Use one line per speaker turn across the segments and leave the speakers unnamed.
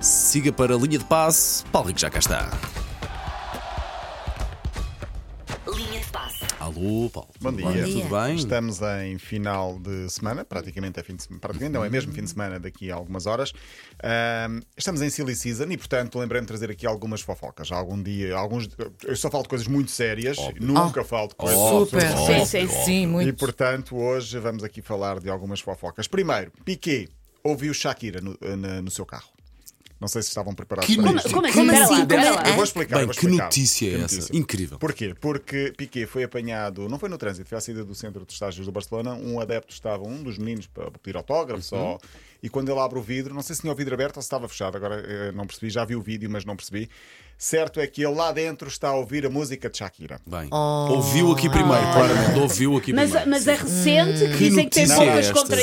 Siga para a linha de passe. Paulo Rico já cá está.
Linha de passe.
Alô, Paulo.
Bom
Tudo
dia.
bem?
Bom
dia.
Tudo bem?
Estamos em final de semana, praticamente é fim de semana, praticamente não é mesmo fim de semana daqui a algumas horas. Ahm, estamos em Silly Season e, portanto, lembrei-me de trazer aqui algumas fofocas. Algum dia, alguns. Eu só falo de coisas muito sérias, nunca falo de coisas.
Ah, Super,
Óbvio,
sim, sim,
óbvio.
sim,
E,
muito.
portanto, hoje vamos aqui falar de algumas fofocas. Primeiro, Piquet ouviu Shakira no, na- no seu carro. Não sei se estavam preparados para isto.
Como,
Como
Pera
assim?
lá, pera
Como
lá.
é?
Eu vou explicar.
Bem,
vou
que
explicar.
notícia é
Que
essa?
notícia.
Incrível.
Porquê? Porque Piquet foi apanhado, não foi no trânsito, foi à saída do centro de estágios do Barcelona. Um adepto estava, um dos meninos, para pedir autógrafos.
Uhum.
Ou, e quando ele abre o vidro, não sei se tinha o vidro aberto ou se estava fechado, agora eh, não percebi. Já vi o vídeo, mas não percebi. Certo é que ele lá dentro está a ouvir a música de Shakira.
Bem, ouviu aqui primeiro,
Ah.
claramente. Ouviu aqui
Mas,
primeiro.
mas é recente que
Hum.
Que
dizem que tem
notícia é
bocas
esta?
contra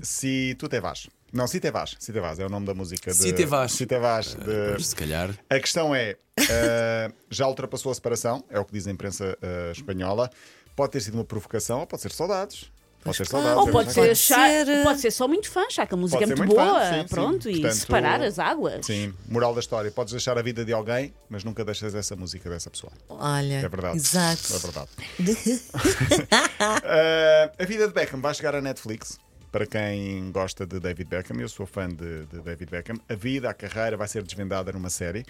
Se, se tu te vas. Não, se te vas. Se te vas é o nome da música. de-
Se te vas.
Se te vas. de-
Mas, Ah, se calhar.
A questão Eh, é: eh, já ultrapassou a separação? É o que diz a imprensa eh, espanhola. Pode ter sido uma provocação ou pode ser saudades. Pode ser
claro.
saudades.
Ou
é
pode
verdade.
ser,
Pode
chá,
ser.
pode ser só muito fã, já que a música é
Pode ser
muito
muito fã,
boa,
sim, sim.
pronto, e
Portanto,
separar as águas.
Sim, moral da história: podes deixar a vida de alguém, mas nunca deixas essa música dessa pessoa.
Olha,
É verdade.
Exato.
É verdade. Eh, a vida de Beckham vai chegar à Netflix. Para quem gosta de David Beckham, eu sou fã de, de David Beckham. A vida, a carreira vai ser desvendada numa série,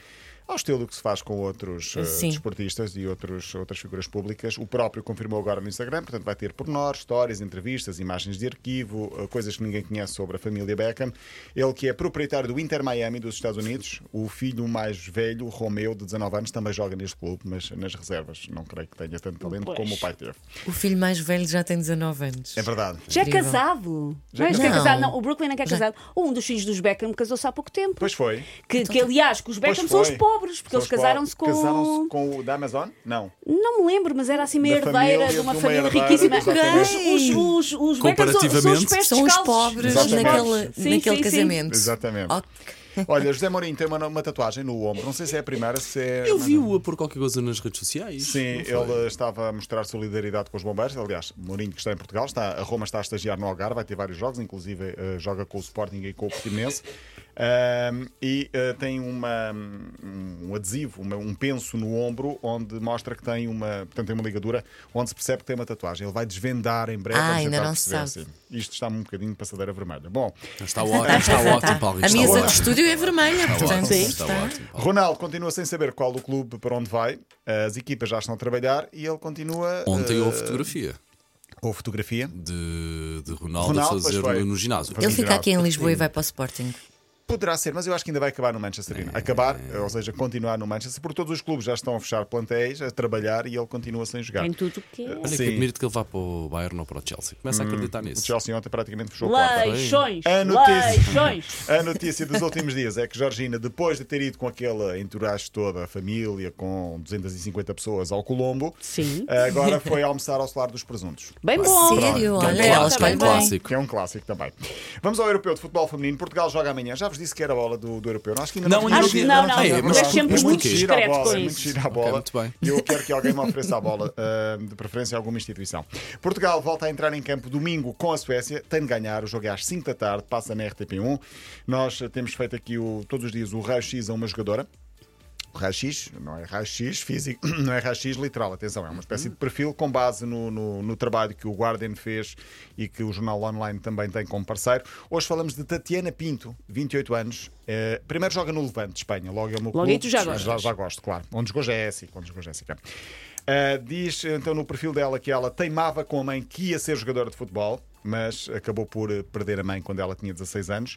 ao estilo que se faz com outros eh,
Sim.
desportistas e outros, outras figuras públicas. O próprio confirmou agora no Instagram, portanto vai ter pormenores, histórias, entrevistas, imagens de arquivo, eh, coisas que ninguém conhece sobre a família Beckham. Ele que é proprietário do Inter Miami dos Estados Unidos, o filho mais velho, Romeu, de 19 anos, também joga neste clube, mas nas reservas. Não creio que tenha tanto talento
Pois.
como o pai teve.
O filho mais velho já tem 19 anos.
É verdade.
Já é
Incrível.
casado. Já é
Não.
casado, não. O Brooklyn não é que é
Já-
casado. Um dos filhos dos Beckham casou-se há pouco tempo.
Pois foi.
Que, que, aliás, que os
Pois
Beckham são os
foi.
pobres,
São
porque eles
os pobres.
casaram-se com.
Casaram-se com o da Amazon? Não.
Não me lembro, mas era assim uma
Da
herdeira
família
de uma
de uma
família
herdeira,
riquíssima.
exatamente.
Os, os, os, os Beckham são, são os
Comparativamente,
pés
São os
descalços.
pobres
Exatamente.
naquele,
Sim,
naquele
sim, sim.
casamento.
Exatamente.
Ok.
Olha, José Mourinho tem uma, uma tatuagem no ombro. Não sei se é a primeira, se é.
Eu
mas não.
vi-o a pôr qualquer coisa nas redes sociais.
Sim,
não foi?
ele estava a mostrar solidariedade com os bombeiros. Aliás, Mourinho que está em Portugal, está, a Roma está a estagiar no Algarve, vai ter vários jogos, inclusive eh, joga com o Sporting e com o Portimonense. Ahm, e eh, tem uma, um adesivo, uma- um penso no ombro, onde mostra que tem uma, portanto, tem uma ligadura, onde se percebe que tem uma tatuagem. Ele vai desvendar em breve.
Ah,
vamos
ainda
tentar
não se
perceber,
sabe.
sim. Isto está um bocadinho de passadeira vermelha. Bom,
Está ótimo, está ótimo, Paulo Rico.
A
está
mesa de
ótimo.
estúdio é vermelha,
Está
portanto.
ótimo, está
está.
ótimo, Paulo.
Ronaldo continua sem saber qual o clube para onde vai. As equipas já estão a trabalhar e ele continua.
Ontem
eh,
houve fotografia
houve fotografia.
de, de Ronaldo,
Ronaldo,
a fazer
pois foi.
no, no ginásio.
Foi
Ele fica aqui em
Sim.
Lisboa e vai para o Sporting.
Poderá ser, mas eu acho que ainda vai acabar no Manchester United. Acabar, ou seja, continuar no Manchester, porque todos os clubes já estão a fechar plantéis, a trabalhar e ele continua sem jogar.
Em tudo o que é.
Olha que
Sim. Hum,
admiro que ele vá para o Bayern ou para o Chelsea. Começa a acreditar
O
nisso.
Chelsea ontem praticamente fechou a porta.
Leixões!
A É notícia.
Leixões!
A notícia dos últimos dias é que Georgina, depois de ter ido com aquela entourage toda, a família, com 250 pessoas ao Colombo,
Sim.
agora foi almoçar ao solar dos presuntos.
Bem bom!
Sério,
Que é um
olha.
clássico, é
também.
um clássico.
Que é um clássico também. Vamos ao europeu de futebol feminino. Portugal joga amanhã. Já vos disse que era a bola do, do europeu. Não, acho que ainda
Não, ainda
Acho que não, não,
Ah,
não.
mas
Tu és
por-
sempre
mas
muito
muito gira a
discreto
bola,
com
muito
isso.
gira a bola.
muito bem.
Eu quero que alguém me ofereça a bola, ah, de preferência alguma instituição. Portugal volta a entrar em campo domingo com a Suécia, tem de ganhar, o jogo é às 5 da tarde, passa na RTP1. Nós ah, temos feito aqui o- todos os dias o raio-x a uma jogadora. Raio-X, não é raio-X físico, não é raio-X literal, atenção, é uma espécie de perfil com base no, no- no trabalho que o Guardian fez e que o Jornal Online também tem como parceiro. Hoje falamos de Tatiana Pinto, 28 anos, eh, primeiro joga no Levante, de Espanha, logo é o meu
Logo
clube.
aí tu já gostas.
Já, já gosto, claro. Um Onde jogou Jéssica, onde jogou Jéssica. é assim, Ah, diz então no perfil dela que ela teimava com a mãe que ia ser jogadora de futebol, mas acabou por eh, perder a mãe quando ela tinha 16 anos.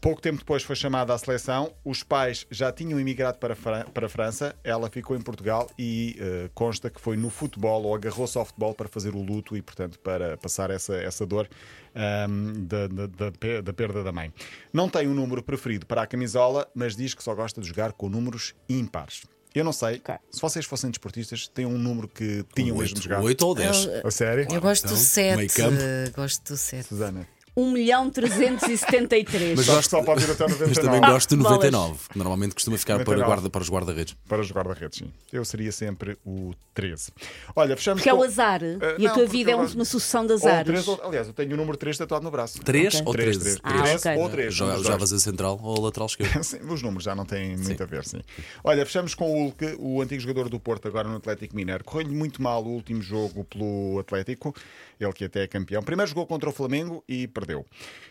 Pouco tempo depois foi chamada à seleção. Os pais já tinham emigrado para, a Fran- para a França. Ela ficou em Portugal e eh, consta que foi no futebol ou agarrou-se ao futebol para fazer o luto e, portanto, para passar essa, essa dor ahm, da, da- da pe- da perda da mãe. Não tem um número preferido para a camisola, mas diz que só gosta de jogar com números ímpares. Eu não sei,
Ok.
se vocês fossem desportistas, tem um número que tinham mesmo de
Oito,
jogar.
oito ou dez.
Ele-
A sério?
Eu gosto
então,
do 7.
meio campo.
Gosto do 7.
Susana.
1 milhão 373.
Mas
Só,
gosto-
só para vir até 99.
Mas também gosto do
bolas.
99, que normalmente costuma ficar para,
99.
guarda, para os guarda-redes.
Para os guarda-redes, sim. Eu seria sempre o 13. Olha, fechamos
Porque é
com-
o azar.
Eh,
e a
não,
tua
porque
vida é
eu
um-
gosto-
uma sucessão de
Ou
azares.
três, ou- aliás, eu tenho o número 3 tatuado no braço.
3
Ok.
ou
3,
13?
3.
Ah,
3
ok.
ou 3.
Já, já vas a central ou a lateral esquerda.
Sim, os números já não têm muito a ver, sim. Olha, fechamos com o Hulk, o antigo jogador do Porto, agora no Atlético Mineiro. Correu-lhe muito mal o último jogo pelo Atlético, ele que até é campeão. Primeiro jogou contra o Flamengo e perdeu.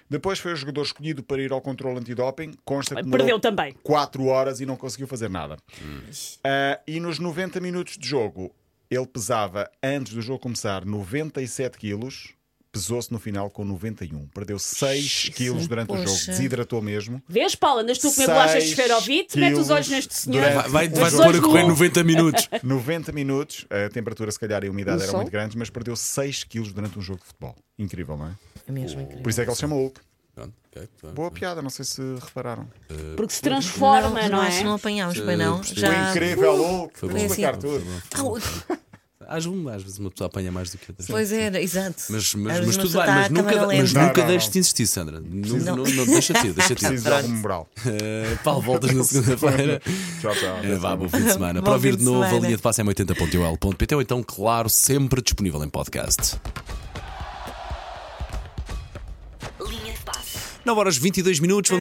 Depois foi o jogador escolhido para ir ao controle antidoping. Consta que demorou
Perdeu também.
4 horas e não conseguiu fazer nada. Ah, e nos 90 minutos de jogo, ele pesava, antes do jogo começar, 97 quilos. Pesou-se no final com 91. Perdeu 6 quilos durante o jogo.
poxa.
Desidratou mesmo.
Vês, Paulo, andas tu a comer
Seis
bolachas de esferovite, mete os
quilos
olhos neste senhor.
durante-
Vai, vai,
É. Os
vai
olhos
pôr a
no
correr
ovo.
90 minutos.
90 minutos, a temperatura se calhar e a umidade
No
eram
sol?
muito grandes, mas perdeu 6 quilos durante um jogo de futebol. Incrível, não é?
É mesmo incrível.
Por isso é que ele se chama Hulk.
Pronto, ok, tá bem.
Boa piada, não sei se repararam.
Porque se transforma, não,
não, nós
é?
não apanhámos bem, não.
Sim.
Já...
Incrível Hulk! Vou
bom.
explicar
Foi
tudo.
bom, foi
Ah,
bom.
o-
Às, um, às vezes uma pessoa apanha mais do que outras.
Pois era, exato.
Mas,
Às
mas,
vezes
mas
uma
tudo
pessoa
bem,
tá
mas
à
nunca,
câmara
mas
lenta.
Não,
nunca
não,
deixes
não.
de insistir, Sandra. Não, não, não, deixa te ir, deixa te ir.
Preciso de algum moral.
Eh, Paulo, voltas na segunda-feira.
Tchau, tchau.
Eh, Vá, bom fim de semana.
Bom
Para ouvir
fim
de
de
novo, a
semana.
linha de passe é 80.ol.pt ou então, claro, sempre disponível em podcast.
Linha de passe.
9 horas 22 minutos.